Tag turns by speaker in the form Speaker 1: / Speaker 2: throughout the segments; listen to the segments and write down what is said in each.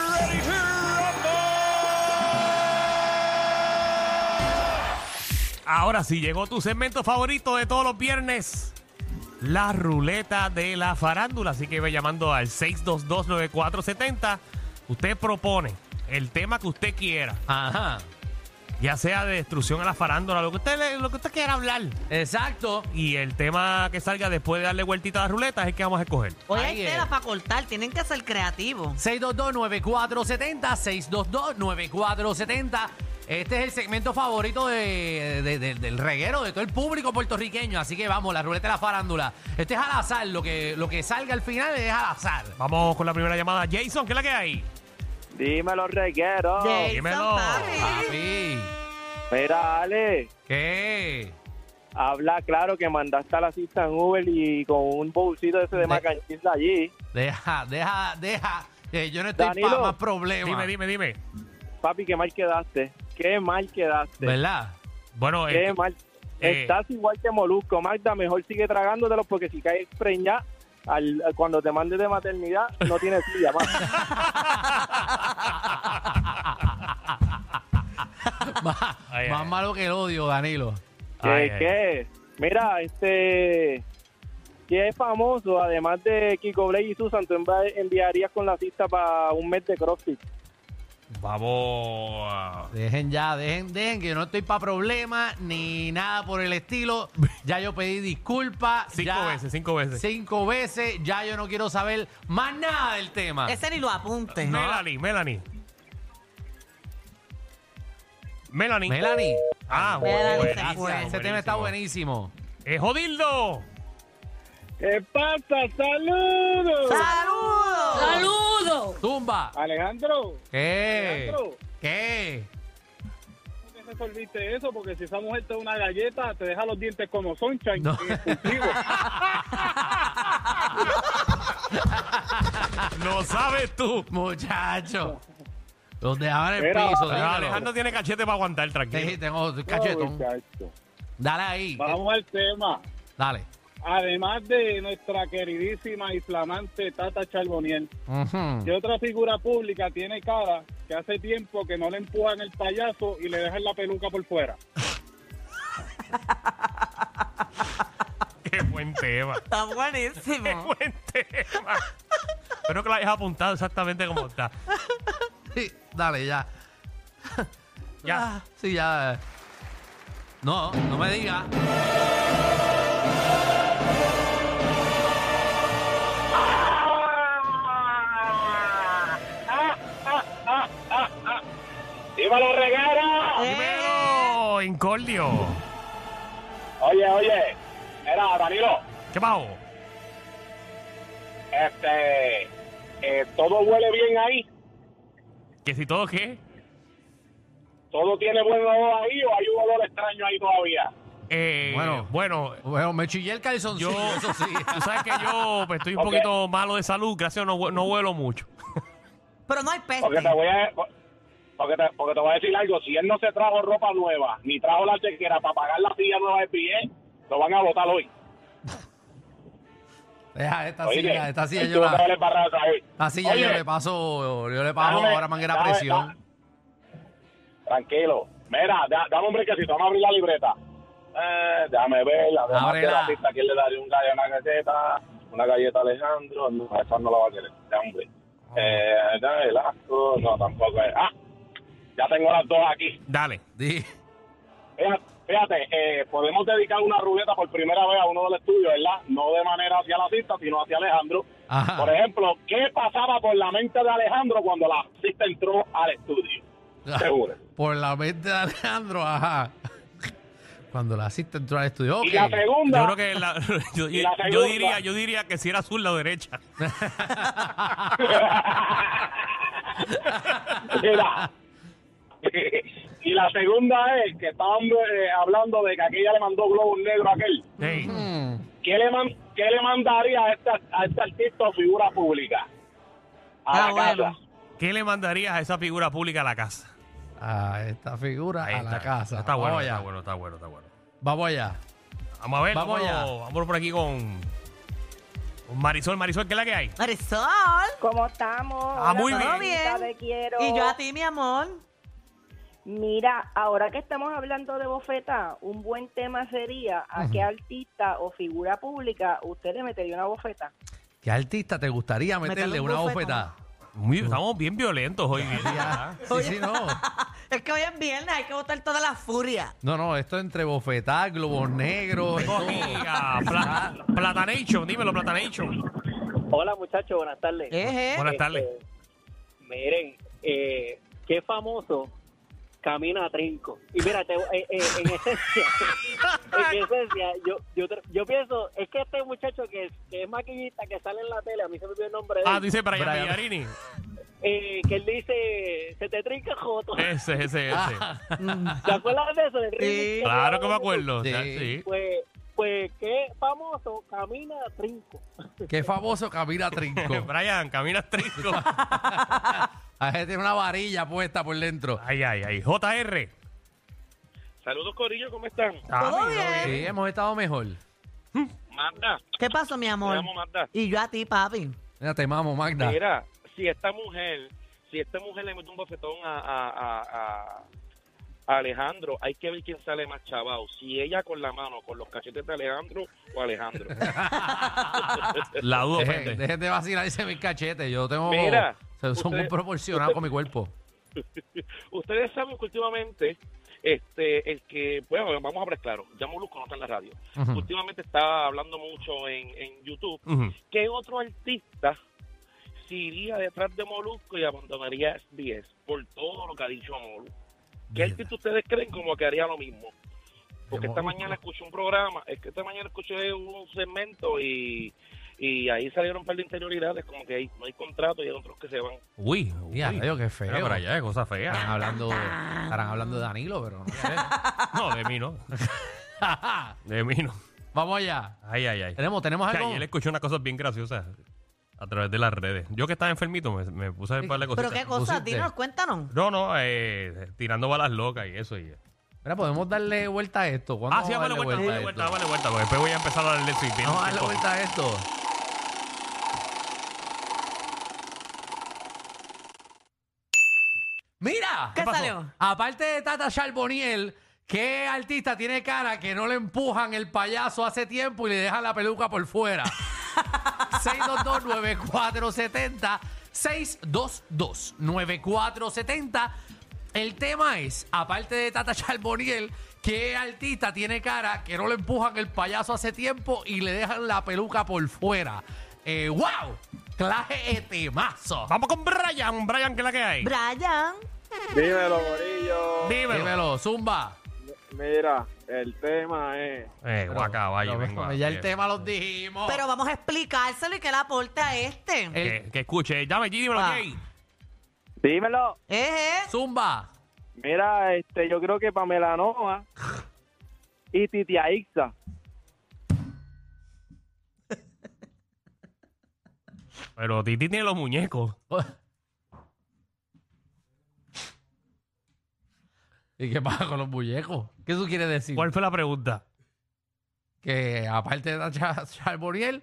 Speaker 1: Ready to Ahora sí, llegó tu segmento favorito de todos los viernes. La ruleta de la farándula. Así que ve llamando al 6229470. Usted propone el tema que usted quiera.
Speaker 2: Ajá.
Speaker 1: Ya sea de destrucción a la farándula, lo que usted, le- lo que usted quiera hablar.
Speaker 2: Exacto.
Speaker 1: Y el tema que salga después de darle vueltita a la ruleta es el que vamos a escoger.
Speaker 3: Hoy
Speaker 2: Ahí
Speaker 3: hay
Speaker 2: es.
Speaker 3: tela para cortar, tienen que ser creativos.
Speaker 2: 622-9470, 622-9470. Este es el segmento favorito de- de- de- del reguero, de todo el público puertorriqueño. Así que vamos, la ruleta de la farándula. Este es al azar, lo que, lo que salga al final es al azar.
Speaker 1: Vamos con la primera llamada. Jason, ¿qué es la que hay?
Speaker 4: Dímelo, reguero.
Speaker 3: Jason,
Speaker 1: dímelo.
Speaker 2: Ah,
Speaker 3: papi.
Speaker 2: Papi,
Speaker 4: Mira, Ale,
Speaker 2: ¿qué?
Speaker 4: habla claro que mandaste a la Sistan Uber y con un bolsito ese de macanchis allí.
Speaker 2: Deja, deja, deja. Eh, yo no estoy para
Speaker 4: Danilo.
Speaker 2: más problemas.
Speaker 1: Dime, dime, dime.
Speaker 4: Papi, qué mal quedaste. Qué mal quedaste.
Speaker 2: ¿Verdad?
Speaker 1: Bueno,
Speaker 4: Qué
Speaker 1: eh,
Speaker 4: mal.
Speaker 1: eh.
Speaker 4: Estás igual que Molusco. Magda, mejor sigue tragándotelos porque si caes preñada, al, cuando te mandes de maternidad, no tienes silla más.
Speaker 2: más,
Speaker 1: Ay, ay,
Speaker 2: más
Speaker 1: ay.
Speaker 2: malo que el odio, Danilo.
Speaker 1: Ay,
Speaker 4: ¿Qué,
Speaker 1: ay.
Speaker 4: qué? Mira, este... Que es famoso, además de Kiko Blake y Susan, tú envi- enviarías con la cista para un mes de CrossFit.
Speaker 1: vamos. a-
Speaker 2: Dejen ya, dejen, dejen, que yo no estoy para problemas ni nada por el estilo. Ya yo pedí disculpas.
Speaker 1: Cinco
Speaker 2: ya-
Speaker 1: veces, cinco veces.
Speaker 2: Cinco veces, ya yo no quiero saber más nada del tema.
Speaker 3: Ese ni lo apunte.
Speaker 1: Melanie, Melanie. Melanie.
Speaker 2: Melanie, pues,
Speaker 1: Ah,
Speaker 3: Melanie
Speaker 1: bueno.
Speaker 3: se fue.
Speaker 2: ese tema está buenísimo.
Speaker 1: Eh, Jodildo.
Speaker 4: ¿Qué pasa? ¡Saludos!
Speaker 3: ¡Saludos!
Speaker 2: Tumba.
Speaker 4: Alejandro,
Speaker 2: ¿Qué?
Speaker 4: Alejandro.
Speaker 2: ¿Qué?
Speaker 4: ¿cómo te resolviste eso? Porque si esa mujer te da una galleta, te deja los dientes como soncha
Speaker 2: No.
Speaker 4: en exclusivo.
Speaker 1: Lo sabes tú.
Speaker 2: Muchacho. Los dejaban en el
Speaker 4: Mira,
Speaker 2: piso.
Speaker 1: Pero
Speaker 2: déjalo.
Speaker 1: Alejandro tiene cachete para aguantar,
Speaker 2: Sí,
Speaker 1: tranquilo.
Speaker 2: tengo cachetón.
Speaker 4: Muchacho.
Speaker 2: Dale ahí.
Speaker 4: Vamos al tema.
Speaker 2: Dale.
Speaker 4: Además de nuestra queridísima y flamante Tata Charboniel,
Speaker 2: Ujú.
Speaker 4: ¿qué otra figura pública tiene cara que hace tiempo que no le empujan el payaso y le dejan la peluca por fuera?
Speaker 1: Qué buen tema.
Speaker 3: Está buenísimo.
Speaker 1: buen tema. Espero que lo hayas apuntado exactamente como está.
Speaker 2: Sí, dale, ya.
Speaker 1: Ya.
Speaker 2: Ah, Sí, ya. No, no me digas.
Speaker 4: ¡Ah, ¡Viva la reguera!
Speaker 3: Eh,
Speaker 1: Primero, Incordio.
Speaker 4: Oye, oye, era Danilo.
Speaker 1: ¿Qué pasó?
Speaker 4: Este, eh, todo huele bien ahí,
Speaker 1: ¿Que si todo qué?
Speaker 4: todo tiene buen olor ahí o hay un olor extraño ahí todavía.
Speaker 1: Eh,
Speaker 2: Bueno.
Speaker 1: bueno,
Speaker 2: Bueno, me chillé el calzoncillo,
Speaker 1: Yo-
Speaker 2: eso sí.
Speaker 1: tú sabes que yo pues, estoy un
Speaker 4: Ok.
Speaker 1: poquito malo de salud, gracias, no, hue- no vuelo mucho.
Speaker 3: Pero no hay peste.
Speaker 4: Porque te voy a, porque te, porque te voy a decir algo, si él no se trajo ropa nueva, ni trajo la chequera para pagar la silla nueva de pie, lo van a votar hoy.
Speaker 2: Deja esta
Speaker 4: Oye,
Speaker 2: silla, esta silla
Speaker 4: él
Speaker 2: yo
Speaker 4: tuvo
Speaker 2: la-
Speaker 4: que haberle barrado a él.
Speaker 2: esta silla yo
Speaker 4: Oye,
Speaker 2: le paso, yo le paso
Speaker 4: dame,
Speaker 2: ahora manguera a
Speaker 4: dame,
Speaker 2: presión.
Speaker 4: Tranquilo. Mira, da- dame un brequecito, vamos a abrir la libreta. Eh, déjame verla, además de
Speaker 2: Ábrela.
Speaker 4: la pista, ¿quién le daría un gallo a una galleta? Una galleta a Alejandro, no, esa no la va a querer, ya hombre.
Speaker 2: Ah.
Speaker 4: Eh, da el asco, no, tampoco es. Ah, ya tengo las dos aquí.
Speaker 1: Dale.
Speaker 2: Di-
Speaker 4: Fíjate, fíjate, eh, podemos dedicar una ruleta por primera vez a uno del estudio, ¿verdad? No de manera hacia la cista, sino hacia Alejandro.
Speaker 2: Ajá.
Speaker 4: Por ejemplo, ¿qué pasaba por la mente de Alejandro cuando la cista entró al estudio?
Speaker 2: Ah,
Speaker 4: Seguro.
Speaker 2: Por la mente de Alejandro, ajá. Cuando la asiste entró al estudio.
Speaker 4: Y la
Speaker 2: ok.
Speaker 4: segunda,
Speaker 1: Yo creo que la- yo,
Speaker 4: Y la
Speaker 1: yo
Speaker 4: segunda.
Speaker 1: diría, yo diría que si era azul la derecha.
Speaker 4: Mira, y la segunda es que estaban eh, hablando de que aquella le mandó globos negros a aquel.
Speaker 1: Ey,
Speaker 4: ¿Qué le, man- qué le mandaría a, esta, a este artista o figura pública? A
Speaker 3: Ah,
Speaker 4: la
Speaker 3: bueno.
Speaker 4: casa.
Speaker 1: ¿Qué le mandarías a esa figura pública a la casa?
Speaker 2: A esta figura,
Speaker 1: Ahí
Speaker 2: a
Speaker 1: está.
Speaker 2: la casa.
Speaker 1: Está bueno,
Speaker 2: Vamos allá.
Speaker 1: está bueno, está bueno, está bueno.
Speaker 2: Vamos allá.
Speaker 1: Vamos a ver,
Speaker 2: Vamos
Speaker 1: vamos,
Speaker 2: allá.
Speaker 1: vamos por aquí con, con Marisol. Marisol, ¿qué es la que hay?
Speaker 3: Marisol.
Speaker 5: ¿Cómo estamos?
Speaker 1: Ah, muy
Speaker 5: mamita
Speaker 3: bien.
Speaker 5: de quiero.
Speaker 3: Y yo a ti, mi amor.
Speaker 5: Mira, ahora que estamos hablando de bofeta, un buen tema sería a qué artista o figura pública usted le metería una bofeta.
Speaker 2: ¿Qué artista te gustaría meterle
Speaker 3: Meterle un
Speaker 2: una
Speaker 3: bofetón. Ah.
Speaker 2: bofetada?
Speaker 1: Muy- estamos bien violentos hoy. ¿verdad?
Speaker 2: Sí, sí, no.
Speaker 3: Es que hoy es viernes, hay que botar toda la furia.
Speaker 2: No, no, esto entre bofetadas, globos negros. esto-
Speaker 1: Cogí a Pla- Platanation, dímelo, Platanation.
Speaker 6: Hola muchachos, buenas tardes.
Speaker 1: Eh.
Speaker 3: Eje.
Speaker 1: Buenas tardes.
Speaker 6: Este, miren, eh, qué famoso camina a trinco. Y mira, te- eh, eh, en esencia, en esencia, yo, yo, tra- yo pienso, es que este muchacho que es, que es maquillista, que sale en la tele, a mí se me olvidó el nombre de
Speaker 1: Ah,
Speaker 6: él,
Speaker 1: dice Brian,
Speaker 2: Brian.
Speaker 1: Villarini.
Speaker 6: eh, que él dice, se te trinca Joto.
Speaker 1: Ese, ese,
Speaker 2: Ah.
Speaker 1: ese.
Speaker 6: ¿Te acuerdas de eso? del remix
Speaker 3: Sí.
Speaker 1: Claro que me acuerdo.
Speaker 2: Sí.
Speaker 1: ya, sí.
Speaker 6: Pues, pues qué famoso camina a trinco.
Speaker 2: Qué famoso Camila Trinco.
Speaker 1: Brian, caminas trinco.
Speaker 2: A gente tiene una varilla puesta por dentro.
Speaker 1: Ay, ay, ay. JR.
Speaker 4: Saludos, Corillo, ¿cómo están?
Speaker 1: Ah,
Speaker 3: Todo
Speaker 1: mi-
Speaker 3: bien.
Speaker 2: Sí, hemos estado mejor.
Speaker 4: Magda,
Speaker 3: ¿Qué pasó, mi
Speaker 4: me
Speaker 3: amor?
Speaker 4: llamo Magda.
Speaker 3: Y yo a ti, papi.
Speaker 2: Mira, te mamo, Magda.
Speaker 4: Mira, si esta mujer, si esta mujer le mete un bofetón a, a- a- a- a Alejandro, hay que ver quién sale más chavao. Si ella con la mano, con los cachetes de Alejandro o Alejandro.
Speaker 1: La dudo,
Speaker 2: Dejen,
Speaker 1: gente.
Speaker 2: dejen de vacilarse mis cachetes. Yo tengo.
Speaker 4: Mira,
Speaker 2: se- son muy
Speaker 4: ustedes-
Speaker 2: proporcionados con mi cuerpo.
Speaker 4: Ustedes saben que últimamente, este, el que, bueno, vamos a hablar claro, ya Molusco no está en la radio.
Speaker 2: Ujú.
Speaker 4: Últimamente está hablando mucho en, en YouTube.
Speaker 1: Ujú.
Speaker 4: ¿Qué otro artista se iría detrás de Molusco y abandonaría SBS por todo lo que ha dicho Molusco? ¿Qué
Speaker 2: Mierda.
Speaker 4: artista ustedes creen como que haría lo mismo? Porque
Speaker 2: De
Speaker 4: esta
Speaker 2: Molusco.
Speaker 4: mañana escuché un programa, es que esta mañana escuché un segmento y, y ahí salieron un par de interioridades, como que hay- no hay contrato y hay otros que se van.
Speaker 1: Uy, uy.
Speaker 2: Mira, rayo, qué feo.
Speaker 1: Mira para allá, qué cosa
Speaker 2: Estarán
Speaker 1: fea.
Speaker 2: hablando, estarán hablando de Danilo, pero no sé.
Speaker 1: No, de mí no. De mí no.
Speaker 2: Vamos allá.
Speaker 1: Ay, ay, ay.
Speaker 2: Tenemos, tenemos
Speaker 1: O sea,
Speaker 2: algo.
Speaker 1: ayer escuché unas cosas bien graciosas a través de las redes. Yo que estaba enfermito me, me puse a ver un par de
Speaker 3: Pero
Speaker 1: cositas.
Speaker 3: qué cosa,
Speaker 2: pusiste.
Speaker 3: dinos, cuéntanos.
Speaker 1: No, no, eh, tirando balas locas y eso. Y,
Speaker 2: Mira, podemos darle vuelta a esto. ¿Cuándo
Speaker 1: ah, sí,
Speaker 2: vamos a
Speaker 1: dale vuelta,
Speaker 2: darle
Speaker 1: dale vuelta, dale vuelta, porque después voy a empezar a darle swing.
Speaker 2: a esto? Vamos a darle vuelta a esto. Mira,
Speaker 3: ¿Qué
Speaker 2: pasó?
Speaker 3: salió?
Speaker 2: Aparte de Tata Charboniel, ¿qué artista tiene cara que no le empujan el payaso hace tiempo y le dejan la peluca por fuera? 622-9470. 622-9470. El tema es, aparte de Tata Charboniel, ¿qué artista tiene cara que no le empujan el payaso hace tiempo y le dejan la peluca por fuera? Eh, ¡Wow! Claje de temazo.
Speaker 1: Vamos con Brian, Brian, ¿qué es la que hay?
Speaker 3: Brian.
Speaker 7: Dímelo, Morillo.
Speaker 1: Dímelo.
Speaker 2: Dímelo, Zumba.
Speaker 7: Mira, el tema es.
Speaker 1: Eh, guaca, vaya,
Speaker 2: Pero,
Speaker 1: vengo a-
Speaker 2: Ya el tema los dijimos.
Speaker 3: Pero vamos a explicárselo y que le aporte a este.
Speaker 2: Eh,
Speaker 1: Que, que escuche. Llame, G, dímelo,
Speaker 3: Ah.
Speaker 1: Jay.
Speaker 7: Dímelo.
Speaker 3: Eje.
Speaker 2: Zumba.
Speaker 7: Mira, este, yo creo que Pamela Noa y Titia Ixa.
Speaker 2: Ah.
Speaker 1: Pero Titi tiene los muñecos.
Speaker 2: ¿Y qué pasa con los muñecos? ¿Qué tú quieres decir?
Speaker 1: ¿Cuál fue la pregunta?
Speaker 2: Que aparte de Nacha Charboniel,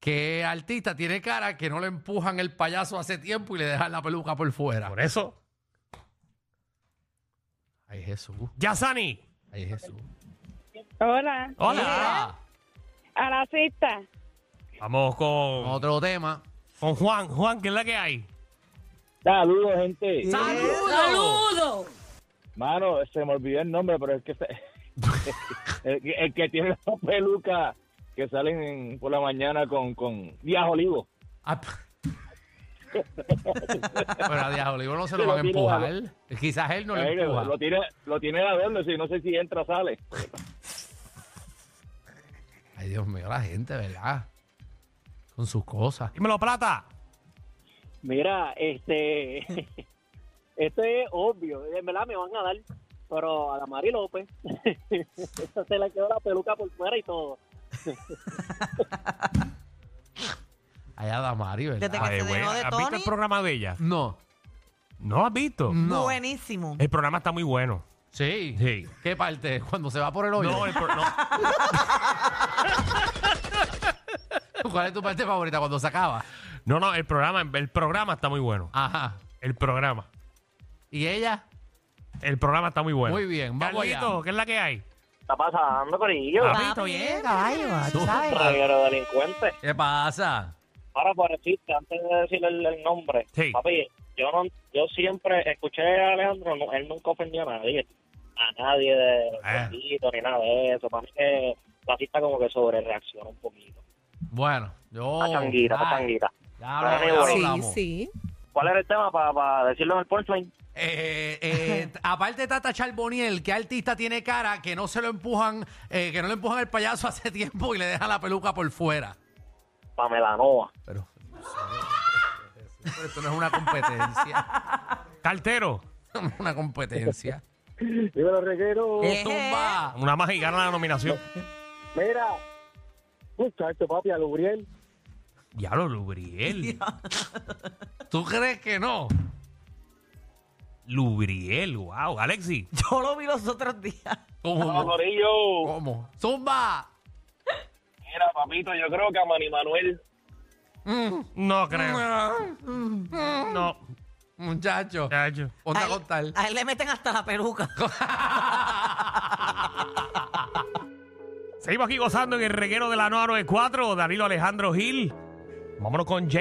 Speaker 2: que artista tiene cara que no le empujan el payaso hace tiempo y le dejan la peluca por fuera.
Speaker 1: Por eso.
Speaker 2: Ay, Jesús.
Speaker 1: Yasani.
Speaker 2: Ay, Jesús.
Speaker 5: Hola,
Speaker 1: Hola.
Speaker 5: a la cita.
Speaker 1: Vamos con,
Speaker 2: Otro tema.
Speaker 1: con Juan. Juan, ¿qué es la que hay?
Speaker 4: Saludos, gente.
Speaker 2: ¡Saludos!
Speaker 4: Mano, se me olvidó el nombre, pero es que se- el, que- el que tiene las pelucas que salen en- por la mañana con, con Díaz Olivo.
Speaker 2: Ah, p- Pero a Diablo Olivo no se lo
Speaker 4: Pero
Speaker 2: van a
Speaker 4: mira,
Speaker 2: empujar. Quizás él no
Speaker 4: Ay,
Speaker 2: le
Speaker 4: lo,
Speaker 2: empuja.
Speaker 4: lo tiene, lo tiene de adorno, si no sé si entra o sale.
Speaker 2: Ay, Dios mío, la gente, ¿verdad? Con sus cosas.
Speaker 1: Dímelo, Plata.
Speaker 6: Mira, este, Esto es obvio, en verdad me van a dar, pero a la Mari López, esa se le quedó la peluca por fuera y todo.
Speaker 2: Allá da Mario, ¿verdad?
Speaker 3: Desde que-
Speaker 1: Ay,
Speaker 3: se
Speaker 1: güey,
Speaker 3: dejó de
Speaker 1: ¿Has visto
Speaker 3: Tony?
Speaker 1: el programa de ella?
Speaker 2: No,
Speaker 1: No has visto.
Speaker 2: no.
Speaker 3: Buenísimo.
Speaker 1: El programa está muy bueno.
Speaker 2: Sí.
Speaker 1: Sí.
Speaker 2: ¿Qué parte? Cuando se va por el hoyo.
Speaker 1: No, el pro- no.
Speaker 2: ¿Cuál es tu parte favorita cuando se acaba?
Speaker 1: No, no, el programa, el programa está muy bueno.
Speaker 2: Ajá.
Speaker 1: El programa.
Speaker 2: ¿Y ella?
Speaker 1: El programa está muy bueno.
Speaker 2: Muy bien, vamos allá.
Speaker 1: Carlito, ¿qué es la que hay?
Speaker 6: está pasando, Corillo?
Speaker 1: Ah.
Speaker 3: Papi,
Speaker 2: bien, caballo, tú sabes.
Speaker 6: Reguero delincuente.
Speaker 2: ¿Qué pasa?
Speaker 6: Ahora, por decirte, antes de decir el, el nombre,
Speaker 1: Sí.
Speaker 6: papi, yo no, yo siempre escuché a Alejandro, no, él nunca ofendió a nadie, a nadie de
Speaker 1: Ah.
Speaker 6: poquito ni nada de eso. Para mí que la cita como que sobre reacciona un poquito.
Speaker 2: Bueno, yo.
Speaker 6: la changuita, la
Speaker 2: Ay,
Speaker 6: changuita.
Speaker 2: Ya hablamos,
Speaker 6: Sí,
Speaker 2: ya hablamos.
Speaker 8: sí.
Speaker 6: ¿Cuál era el tema para decirlo en el punchline?
Speaker 2: Eh, eh, aparte de Tata Charboniel, ¿qué artista tiene cara que no se lo empujan, eh, que no le empujan el payaso hace tiempo y le dejan la peluca por fuera?
Speaker 6: Pamela Noa.
Speaker 2: Pero. Esto no es una competencia.
Speaker 1: Cartero.
Speaker 2: Esto no es una competencia.
Speaker 6: Dímelo, reguero.
Speaker 3: Eh.
Speaker 2: Tumba.
Speaker 1: Una más y gana la nominación.
Speaker 6: Mira, muchacho, papi, a Lubriel.
Speaker 1: Diablo, Lubriel.
Speaker 2: ¿Tú crees que no?
Speaker 1: Lubriel, wow. Alexi.
Speaker 3: Yo lo vi los otros días.
Speaker 2: ¿Cómo?
Speaker 4: Corillo.
Speaker 2: ¿Cómo? ¡Zumba!
Speaker 4: Mira, papito, yo creo que a Manny Manuel.
Speaker 2: Mm.
Speaker 1: No creo. No,
Speaker 2: Muchacho,
Speaker 1: muchacho.
Speaker 2: onda
Speaker 3: a, él,
Speaker 2: con tal.
Speaker 3: a él le meten hasta la peluca.
Speaker 1: Seguimos aquí gozando en el reguero de la 994, Danilo Alejandro Gil. Vámonos con Jay.